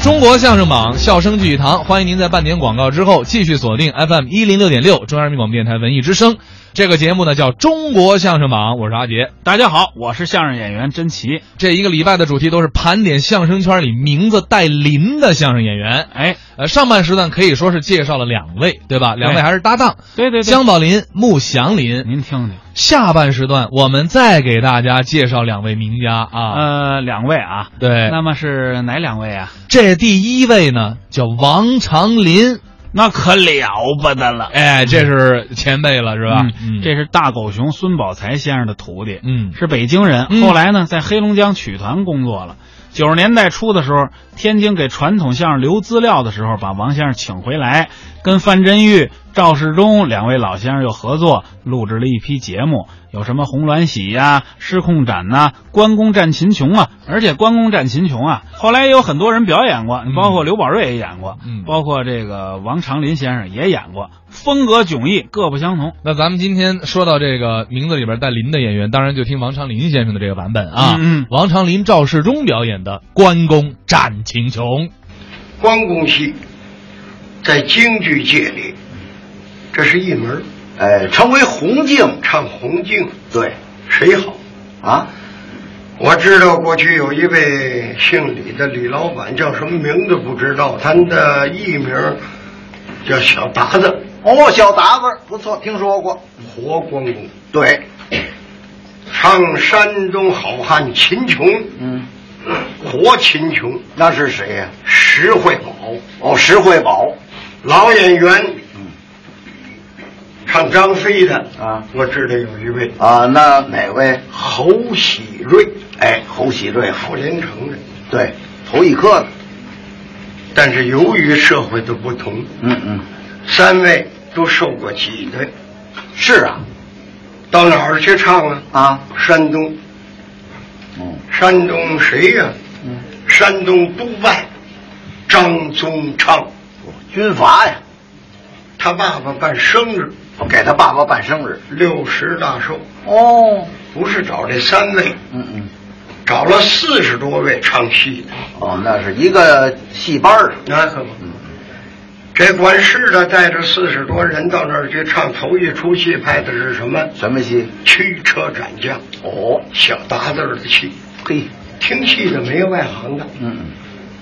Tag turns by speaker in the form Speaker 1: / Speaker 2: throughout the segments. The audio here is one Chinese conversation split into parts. Speaker 1: 中国相声榜，笑声聚一堂，欢迎您在半点广告之后继续锁定 FM 一零六点六，中央人民广播电台文艺之声。这个节目呢叫《中国相声榜》，我是阿杰。
Speaker 2: 大家好，我是相声演员甄奇。
Speaker 1: 这一个礼拜的主题都是盘点相声圈里名字带“林”的相声演员。
Speaker 2: 哎，
Speaker 1: 呃，上半时段可以说是介绍了两位，对吧？两位还是搭档，
Speaker 2: 对对对，嗯
Speaker 1: 姜宝林、穆祥林。
Speaker 2: 您听听，
Speaker 1: 下半时段我们再给大家介绍两位名家啊。
Speaker 2: 呃，两位啊，
Speaker 1: 对，
Speaker 2: 那么是哪两位啊？
Speaker 1: 这第一位呢叫王长林，
Speaker 2: 那可了不得了，嗯
Speaker 1: 哎，这是前辈了，是
Speaker 2: 是
Speaker 1: 吧
Speaker 2: 吧？？嗯这是大狗熊孙宝才先生的徒弟，
Speaker 1: 嗯
Speaker 2: 是北京人。
Speaker 1: 嗯
Speaker 2: 后来呢，在黑龙江曲团工作了。九十年代初的时候，天津给传统相声留资料的时候，把王先生请回来，跟范振钰、赵世忠两位老先生又合作，录制了一批节目，有什么《红鸾喜》呀、《失控斩》呐、关公战秦琼》啊，而且《关公战秦琼》啊，后来也有很多人表演过，包括刘宝瑞也演过，
Speaker 1: 嗯
Speaker 2: 包括这个王长林先生也演过，风格迥异，各不相同。
Speaker 1: 那咱们今天说到这个名字里边带“林”的演员，当然就听王长林先生的这个版本啊。
Speaker 2: 嗯嗯
Speaker 1: 王长林、赵世忠表演的《关公战秦琼》。
Speaker 3: 关公戏在京剧界里，这是一门儿，
Speaker 4: 哎，
Speaker 3: 成为红净，唱红净，
Speaker 4: 对，
Speaker 3: 谁好？
Speaker 4: 啊，
Speaker 3: 我知道过去有一位姓李的李老板，叫什么名字不知道，他的艺名叫小达子，
Speaker 4: 哦，小达子不错，听说过。
Speaker 3: 活关公，
Speaker 4: 对，
Speaker 3: 唱山东好汉秦琼，
Speaker 4: 嗯，
Speaker 3: 活秦琼，
Speaker 4: 那是谁呀、
Speaker 3: 石惠宝，
Speaker 4: 哦，石惠宝。
Speaker 3: 老演员
Speaker 4: 嗯，
Speaker 3: 唱张飞的
Speaker 4: 啊
Speaker 3: 我知道有一位
Speaker 4: 啊，那哪位？
Speaker 3: 侯喜瑞，
Speaker 4: 哎，侯喜瑞，
Speaker 3: 傅连城的。
Speaker 4: 对，头一科的。
Speaker 3: 但是由于社会的不同，
Speaker 4: 嗯嗯，
Speaker 3: 三位都受过挤兑，
Speaker 4: 是啊，
Speaker 3: 到哪儿去唱啊？
Speaker 4: 啊，
Speaker 3: 山东，
Speaker 4: 嗯
Speaker 3: 山东谁呀、
Speaker 4: 嗯，
Speaker 3: 山东督办张宗昌，
Speaker 4: 军阀呀，
Speaker 3: 他爸爸办生日，
Speaker 4: 我给他爸爸办生日。
Speaker 3: 六十大寿，
Speaker 4: 哦，
Speaker 3: 不是找这三位，
Speaker 4: 嗯嗯，
Speaker 3: 找了四十多位唱戏的，
Speaker 4: 哦，那是一个戏班儿。
Speaker 3: 那可不。
Speaker 4: 嗯
Speaker 3: 这管事的带着四十多人到那儿去唱，头一出戏拍的是什么？
Speaker 4: 什么戏？
Speaker 3: 驱车斩将，
Speaker 4: 哦，
Speaker 3: 小达子儿的戏。
Speaker 4: 嘿，
Speaker 3: 听戏的没有外行的。
Speaker 4: 嗯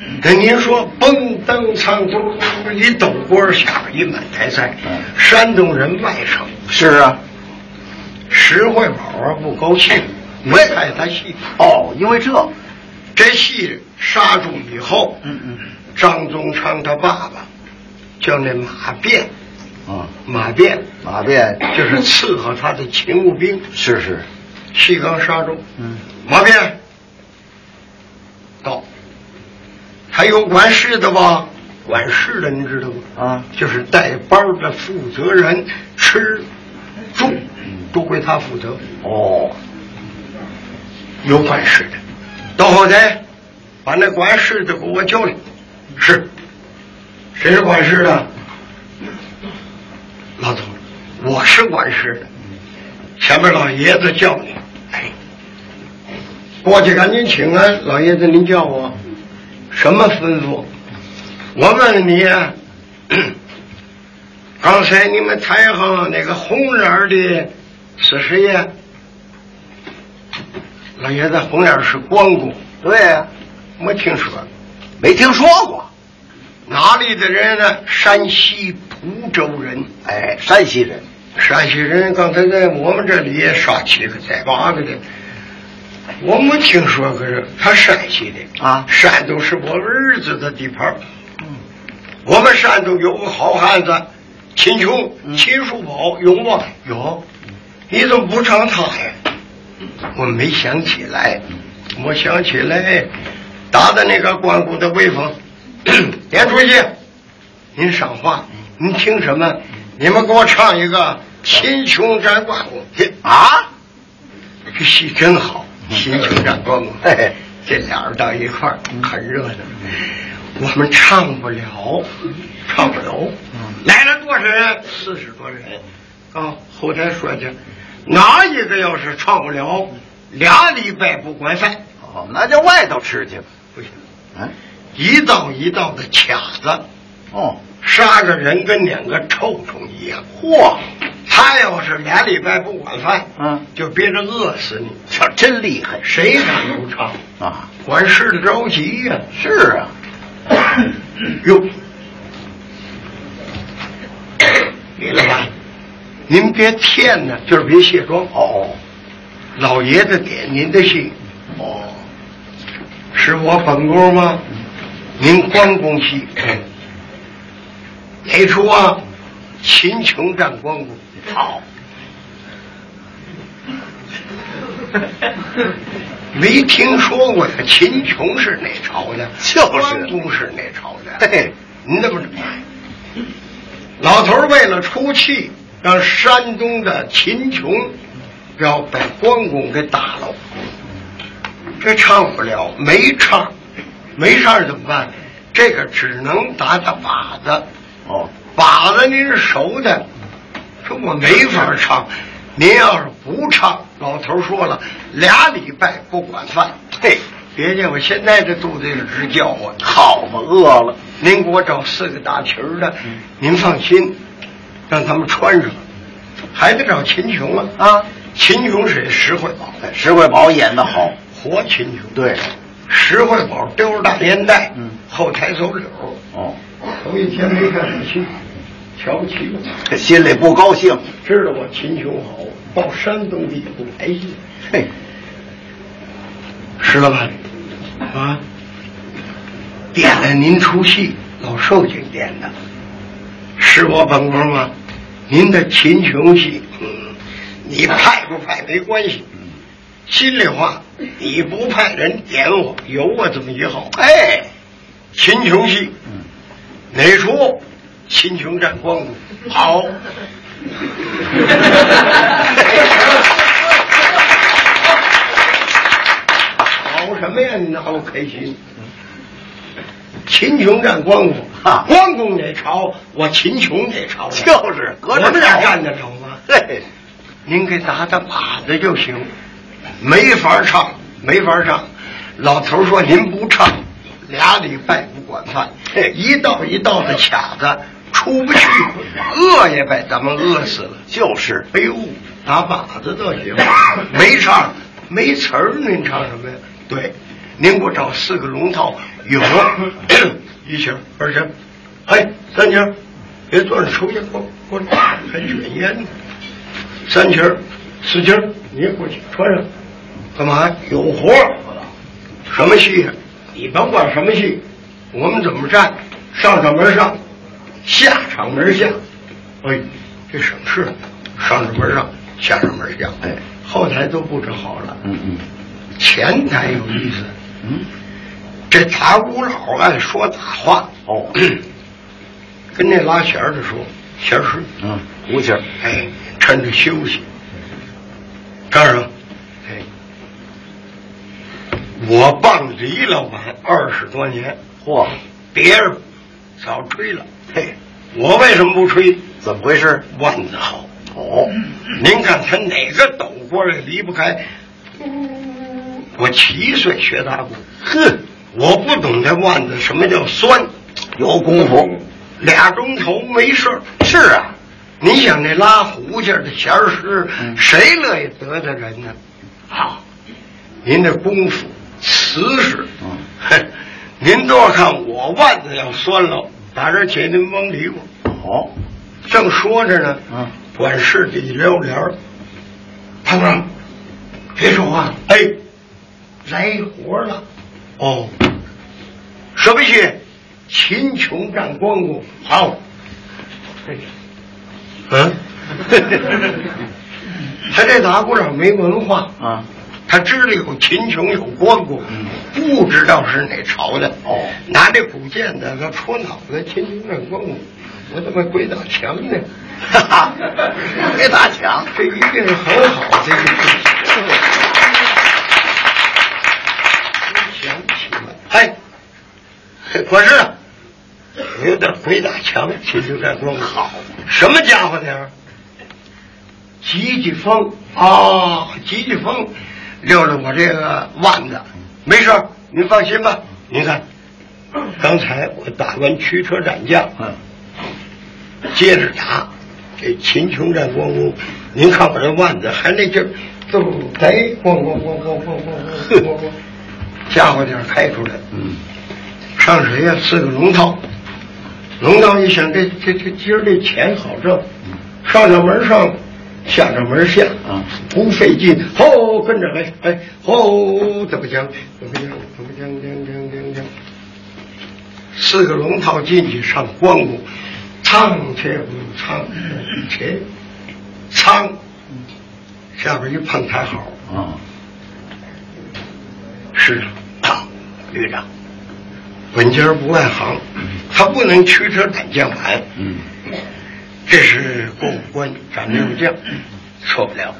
Speaker 4: 嗯，
Speaker 3: 那您说，嘣噔苍咚，一抖锅下边一满台菜
Speaker 4: 嗯，
Speaker 3: 山东人外省，
Speaker 4: 是啊。
Speaker 3: 石惠宝啊不高兴，没派他戏。
Speaker 4: 哦，因为这，
Speaker 3: 这戏杀住以后，
Speaker 4: 嗯嗯，
Speaker 3: 张宗昌他爸爸叫那马变，
Speaker 4: 啊，
Speaker 3: 马变
Speaker 4: 马变
Speaker 3: 就是伺候他的勤务兵，
Speaker 4: 是是，
Speaker 3: 戏刚杀住，
Speaker 4: 嗯，
Speaker 3: 马变到，还有管事的吧？管事的您知道吗？
Speaker 4: 啊，
Speaker 3: 就是带班儿的负责人，吃、住都归他负责，
Speaker 4: 哦，
Speaker 3: 有管事的。到后台，把那管事的给我叫来。是，谁是管事的？老总，我是管事的。前面老爷子叫你，嗯哎，过去赶紧请安，老爷子您叫我，什么吩咐？我问你啊，刚才你们台上那个红脸儿的是谁呀？老爷子，红脸儿是关公，
Speaker 4: 对呀、
Speaker 3: 没听说。
Speaker 4: 没听说过。
Speaker 3: 哪里的人呢？山西蒲州人。
Speaker 4: 哎，山西人，
Speaker 3: 山西人刚才在我们这里也杀七个宰八个的，我没听说过是他山西的
Speaker 4: 啊
Speaker 3: 山东是我儿子的地盘儿。
Speaker 4: 嗯
Speaker 3: 我们山东有个好汉子，秦琼、
Speaker 4: 嗯
Speaker 3: 秦叔宝有吗？有，你怎么不唱他呀？我没想起来，我想起来，打的那个关公的威风。 连书记，您赏话，您听什么？你们给我唱一个《秦琼战关公》嘿
Speaker 4: 啊，
Speaker 3: 这戏真好，《秦琼战关公》
Speaker 4: 嘿嘿
Speaker 3: 这俩人到一块儿很热闹。我们唱不了，唱不了。来了多少人？四十多人。啊，后台说去，哪一个要是唱不了，俩礼拜不管饭。
Speaker 4: 哦，那就外头吃去吧。
Speaker 3: 不行，
Speaker 4: 嗯，
Speaker 3: 一道一道的卡子，
Speaker 4: 哦，
Speaker 3: 杀个人跟撵个臭虫一样。
Speaker 4: 嚯，
Speaker 3: 他要是俩礼拜不管饭，
Speaker 4: 嗯，
Speaker 3: 就憋着饿死你，
Speaker 4: 这真厉害
Speaker 3: 谁敢如常？
Speaker 4: 啊！
Speaker 3: 管事的着急呀、
Speaker 4: 是啊，
Speaker 3: 哟， 李老板，您别骗呐，就是别卸妆。
Speaker 4: 哦
Speaker 3: 老爷子点您的戏，
Speaker 4: 哦，
Speaker 3: 是我本宫吗？您关公 戏，哪出啊？秦琼战关公。
Speaker 4: 好，
Speaker 3: 没听说过呀，秦琼是哪朝的？
Speaker 4: 就是
Speaker 3: 关公是哪朝的？
Speaker 4: 嘿嘿，
Speaker 3: 您怎么着？老头儿为了出气，让山东的秦琼要把关公给打了，这唱不了，没唱，没唱怎么办？这个只能打打靶子，
Speaker 4: 哦，
Speaker 3: 靶子您是熟的，说我没法唱。您要是不唱，老头儿说了，俩礼拜不管饭。
Speaker 4: 嘿，
Speaker 3: 别介，我现在这肚子里直叫唤。
Speaker 4: 好嘛，饿了，
Speaker 3: 您给我找四个打旗儿的，您放心，让他们穿上。还得找秦琼啊！
Speaker 4: 啊，
Speaker 3: 秦琼是石惠宝的，
Speaker 4: 石慧哎宝演的好，
Speaker 3: 活秦琼。
Speaker 4: 对，
Speaker 3: 石惠宝丢着大烟袋，
Speaker 4: 嗯
Speaker 3: 后台走柳。
Speaker 4: 哦，
Speaker 3: 头一天没看上戏，瞧不起我，
Speaker 4: 这心里不高兴，
Speaker 3: 知道我秦琼好，到山东地不来信。
Speaker 4: 嘿，
Speaker 3: 石老板，啊，点了您出戏，老寿星点的，是我本宫吗？您的秦琼戏，嗯，你派不派没关系，心里话，你不派人点我，有我怎么也好。
Speaker 4: 哎，
Speaker 3: 秦琼戏
Speaker 4: 嗯，
Speaker 3: 哪出？秦琼战关公，好。好什么呀？你那么开心？秦琼战关公
Speaker 4: 哈，
Speaker 3: 关公哪朝？我秦琼哪朝？
Speaker 4: 就是隔着
Speaker 3: 我们俩
Speaker 4: 朝
Speaker 3: 站得着吗？
Speaker 4: 嘿，
Speaker 3: 您给打打靶子就行，没法唱，没法唱。老头说您不唱，俩礼拜不管饭
Speaker 4: 嘿，
Speaker 3: 一道一道的卡子出 不去，饿也把咱们饿死了。
Speaker 4: 就是，
Speaker 3: 哎呦，打靶子倒 行，没唱，没词儿，您唱什么呀？对，您给我找四个龙套， 有一星、二星，哎，三星，别坐着抽烟，给我给我 还卷烟呢。三星儿、四星儿，你也过去穿上，干嘛？有活儿什么戏呀、你甭管什么戏，我们怎么站，上场门上，下场门下。哎，这省事，上场门上，下场门下。
Speaker 4: 哎，
Speaker 3: 后台都布置好了，
Speaker 4: 嗯嗯
Speaker 3: 前台有意思。
Speaker 4: 嗯，
Speaker 3: 这打鼓佬爱说大话，
Speaker 4: 哦，
Speaker 3: 跟那拉弦儿的说，弦儿师，
Speaker 4: 嗯，胡琴儿，
Speaker 3: 哎，趁着休息，这儿啊，哎，我傍着一老板二十多年，
Speaker 4: 嚯，
Speaker 3: 别人早吹了，
Speaker 4: 嘿，
Speaker 3: 我为什么不吹？
Speaker 4: 怎么回事？
Speaker 3: 腕子好，
Speaker 4: 哦，
Speaker 3: 您看他哪个抖官也离不开。我七岁学打鼓，
Speaker 4: 哼，
Speaker 3: 我不懂这腕子什么叫酸，
Speaker 4: 有功夫，
Speaker 3: 俩钟头没事儿。
Speaker 4: 是啊，
Speaker 3: 你想那拉胡琴儿的弦儿师，
Speaker 4: 嗯
Speaker 3: 谁乐意得罪人呢？啊，您这功夫瓷实，
Speaker 4: 嗯
Speaker 3: 哼，您多看我腕子要酸了，打这起您甭理我。
Speaker 4: 好，
Speaker 3: 正说着呢，
Speaker 4: 嗯，
Speaker 3: 管事的一撩帘儿，堂堂，别说话，哎，来活了，哦，什么戏？秦琼战关公，好，哎嗯， 他这打鼓佬没文化，
Speaker 4: 啊，
Speaker 3: 他知道有秦琼有关公，不知道是哪朝的。
Speaker 4: 哦
Speaker 3: 拿这古剑的他戳脑袋，秦琼让关公，我怎么鬼打墙呢？
Speaker 4: 哈哈，没打抢，
Speaker 3: 这一定很好的一个故事。想起来，哎，可是有点鬼打墙，秦琼战关公好，什么家伙呢？急急风哦，急急风溜着我这个腕子，没事儿，您放心吧。您看，刚才我打完驱车斩将，
Speaker 4: 嗯，
Speaker 3: 接着打这秦琼战关公。您看我这腕子还那劲儿，走来咣咣咣咣咣咣咣咣咣，家伙点儿开出来。
Speaker 4: 嗯，
Speaker 3: 上谁呀、是个龙套。龙套一想，这这这今儿这钱好挣，上着门上，下着门下，
Speaker 4: 嗯
Speaker 3: 不费劲。吼，跟着来，哎，吼，怎么讲？怎么讲？怎么讲？讲讲讲讲。四个龙套进去上光谷，唱且不唱且唱，下边一碰才好。
Speaker 4: 啊，
Speaker 3: 是啊，旅长，本家不外行，他不能驱车斩将盘，
Speaker 4: 嗯，
Speaker 3: 这是过五关斩六将，受不了。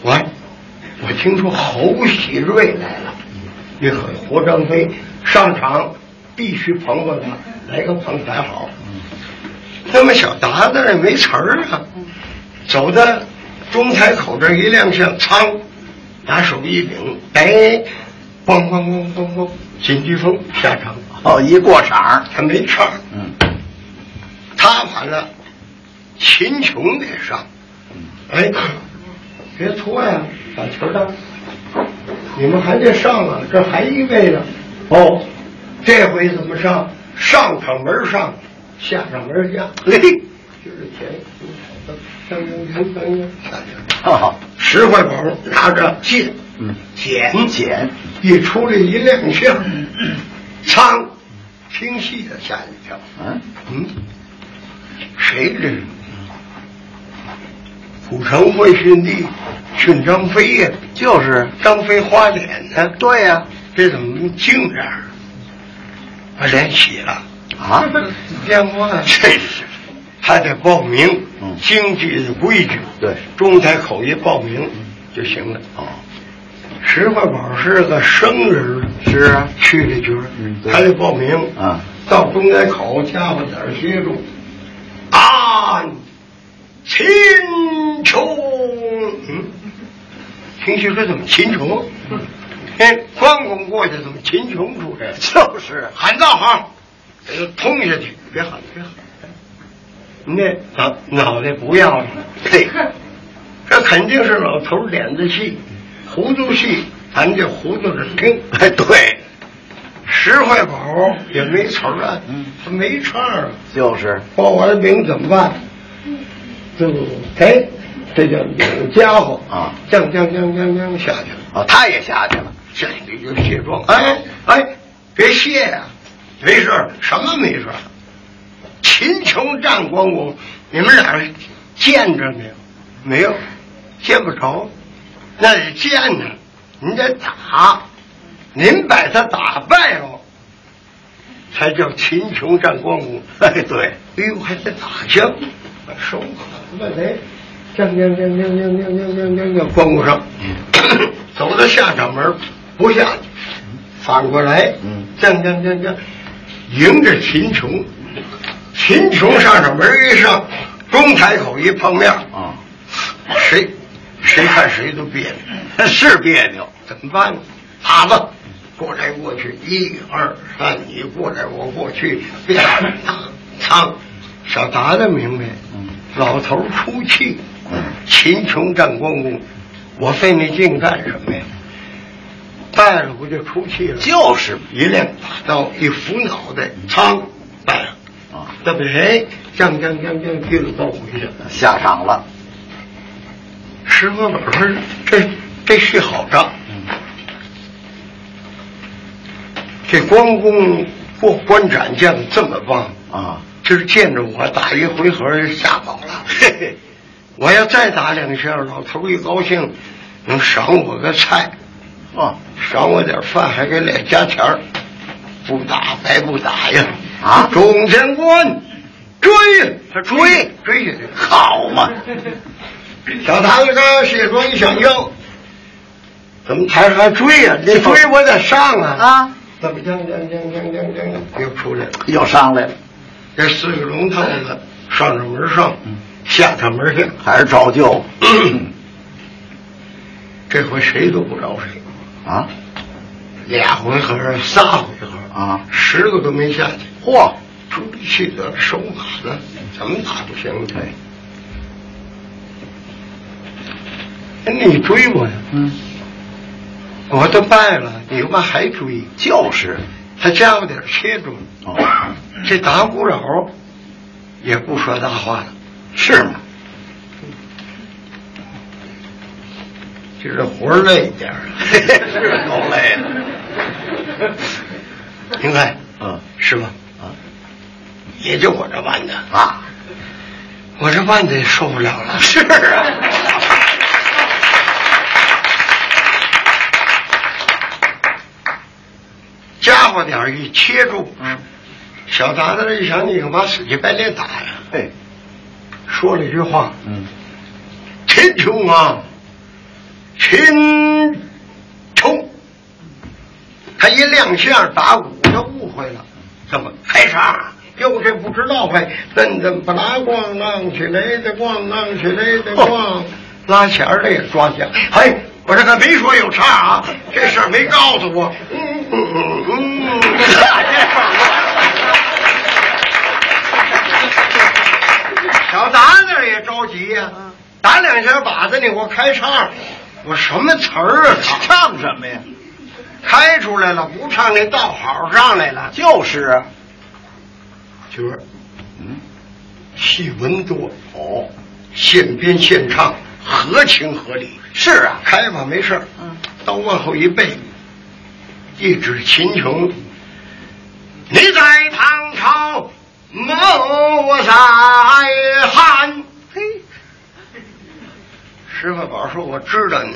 Speaker 3: 我我听说侯喜瑞来了，你和活张飞上场必须捧捧他，来个捧才好。那么小达子没词儿啊，走到中台口这儿一亮相，噌，拿手一领，哎，咣咣咣咣咣，紧急风下场，
Speaker 4: 哦，一过场儿，
Speaker 3: 他没唱，
Speaker 4: 嗯，
Speaker 3: 他完了，秦琼得上，哎，别拖呀，把球儿当，你们还得上啊，这还一位呢，哦，这回怎么上？上场门上，下场门下，
Speaker 4: 嘿，
Speaker 3: 就是钱，当当当当当，
Speaker 4: 好，
Speaker 3: 十块宝拿着借，
Speaker 4: 嗯，
Speaker 3: 捡
Speaker 4: 简，
Speaker 3: 一出来一亮相，噌，听戏的吓一跳。
Speaker 4: 嗯，
Speaker 3: 嗯，谁这是？古城会训帝，训张飞呀、
Speaker 4: 就是，
Speaker 3: 张飞花脸呢、
Speaker 4: 对呀，
Speaker 3: 这怎么净这样？把脸洗了，
Speaker 4: 啊，
Speaker 3: 见过了，这是还得报名，
Speaker 4: 嗯
Speaker 3: 京剧的规矩，
Speaker 4: 对嗯
Speaker 3: 中台口一报名就行了。
Speaker 4: 哦，
Speaker 3: 石块宝是个生人，
Speaker 4: 是啊，
Speaker 3: 去这局儿
Speaker 4: 嗯对
Speaker 3: 还得报名
Speaker 4: 啊。
Speaker 3: 到中台口，家伙在这儿歇住，按秦琼，嗯，秦琼这怎么秦琼？哎，关公过去怎么秦琼出来了？
Speaker 4: 就是，
Speaker 3: 喊道行，给他通下去，别喊，别喊。你这脑嗯脑袋不要了，
Speaker 4: 嘿，
Speaker 3: 这肯定是老头儿脸子细，糊涂细，咱就糊涂着听。
Speaker 4: 哎，对，
Speaker 3: 石块宝也没词儿啊，他没唱啊，
Speaker 4: 就是，
Speaker 3: 报完名怎么办？就哎，这叫有家伙
Speaker 4: 啊，
Speaker 3: 降降降降降下去了，
Speaker 4: 哦，他也下去了，
Speaker 3: 下去就卸妆。哎哎，别卸呀、没事儿，什么没事儿？秦琼战关公，你们俩见着没有？没有，见不着，那得见呢，您得打，您把他打败了，才叫秦琼战关公。
Speaker 4: 哎，对，
Speaker 3: 哎呦，还得打枪，把手把贼，将将将将将将将将将将关顾上，走到下场门不下去，反过来，
Speaker 4: 嗯
Speaker 3: 将将将将，迎着秦琼，秦琼上场门一上，中台口一碰面，
Speaker 4: 啊，
Speaker 3: 谁谁看谁都别扭。
Speaker 4: 是别扭，
Speaker 3: 怎么办呢？打吧，过来过去，一二三，你过来我过去，别打，苍，小达子明白，
Speaker 4: 嗯
Speaker 3: 老头儿出气，秦琼战关公，我费那劲干什么呀？败了不就出气了？
Speaker 4: 就是，
Speaker 3: 一亮把刀一扶脑袋，苍，败了。
Speaker 4: 啊，
Speaker 3: 这不谁？哎将将将将，进了刀回去了。
Speaker 4: 下场了，
Speaker 3: 石河本说这这是好账。这关公过关斩将这么棒，
Speaker 4: 啊，
Speaker 3: 今儿见着我打一回合就吓跑了。嘿嘿，我要再打两下，老头儿一高兴，能赏我个菜，
Speaker 4: 哦，
Speaker 3: 赏我点饭，还给俩加钱儿。不打白不打呀！
Speaker 4: 啊
Speaker 3: 中天官追他追追下去了。
Speaker 4: 好嘛，
Speaker 3: 小唐哥卸妆一想哟，怎么台上还追呀、你追我得上啊！
Speaker 4: 啊，
Speaker 3: 怎么将将将将将将又出来了？
Speaker 4: 又上来了，
Speaker 3: 这四个龙套子上上门上，
Speaker 4: 嗯
Speaker 3: 下上门下，
Speaker 4: 还是照旧，
Speaker 3: 这回谁都不饶谁。
Speaker 4: 啊，
Speaker 3: 俩回合，仨回合
Speaker 4: 啊
Speaker 3: 十个都没下去。
Speaker 4: 嚯，
Speaker 3: 出力气的手马呢，怎么打都行。
Speaker 4: 对，
Speaker 3: 哎你追我呀，
Speaker 4: 嗯，
Speaker 3: 我都败了，你他妈还追？
Speaker 4: 就是，
Speaker 3: 他加了点切住了。
Speaker 4: 哦，
Speaker 3: 这打鼓佬也不说大话了，
Speaker 4: 是吗？
Speaker 3: 就是活儿累一点儿。
Speaker 4: 是够累
Speaker 3: 的。 您看，
Speaker 4: 嗯
Speaker 3: 是吧？
Speaker 4: 啊
Speaker 3: 也就我这腕子，
Speaker 4: 啊，
Speaker 3: 我这腕子也受不了了。是啊。家伙点儿一切住，
Speaker 4: 嗯，
Speaker 3: 小达子一想，你干嘛死乞白赖打呀？
Speaker 4: 对，
Speaker 3: 说了一句话，
Speaker 4: 嗯，
Speaker 3: 秦琼啊，秦琼，他一亮相打鼓，他误会了，怎么开啥？又这不知道呗，噔噔吧啦咣啷起来的，咣啷起来
Speaker 4: 哦
Speaker 3: 的咣，拉弦儿的也抓响。嘿，我这可没说有岔啊，这事儿没告诉我。嗯嗯嗯嗯。小达那儿也着急呀、
Speaker 4: 嗯
Speaker 3: 打两下靶子你给我开唱，我什么词儿啊？
Speaker 4: 唱什么呀？
Speaker 3: 开出来了，不唱那道好上来了。
Speaker 4: 就是啊，
Speaker 3: 角儿
Speaker 4: 嗯，
Speaker 3: 戏文多哦，现编现唱，合情合理。
Speaker 4: 是啊，
Speaker 3: 开吧，没事儿
Speaker 4: 嗯，
Speaker 3: 刀往后一背，一指秦琼，你在唐朝谋在汉。嘿，师傅宝说我知道你，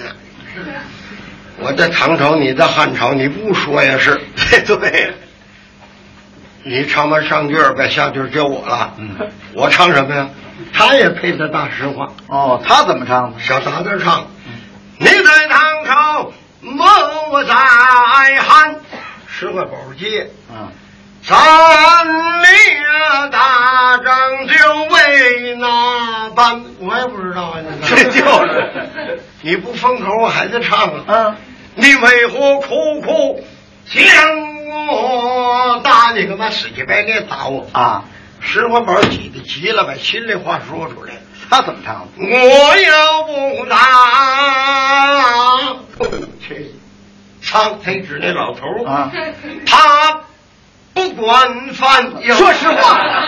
Speaker 3: 我在唐朝，你在汉朝，你不说也是。
Speaker 4: 对，
Speaker 3: 你唱完上句儿呗，下句儿教我了。
Speaker 4: 嗯，
Speaker 3: 我唱什么呀？他也配的大实话。
Speaker 4: 哦，他怎么唱的？
Speaker 3: 小达子唱，
Speaker 4: 嗯
Speaker 3: 你在唐朝，我在汉，十块宝街，
Speaker 4: 嗯，
Speaker 3: 咱俩打仗就为那般，我也不知道啊，你
Speaker 4: 这就是，
Speaker 3: 你不封口，我还在唱啊，
Speaker 4: 嗯，
Speaker 3: 你为何苦苦将我打？你干嘛死乞白赖打我？
Speaker 4: 啊，
Speaker 3: 石环宝急得急了，把心里话说出来。
Speaker 4: 他怎么唱的？
Speaker 3: 我要不打，去，苍他指那老头儿
Speaker 4: 啊，
Speaker 3: 他不管饭，
Speaker 4: 说实话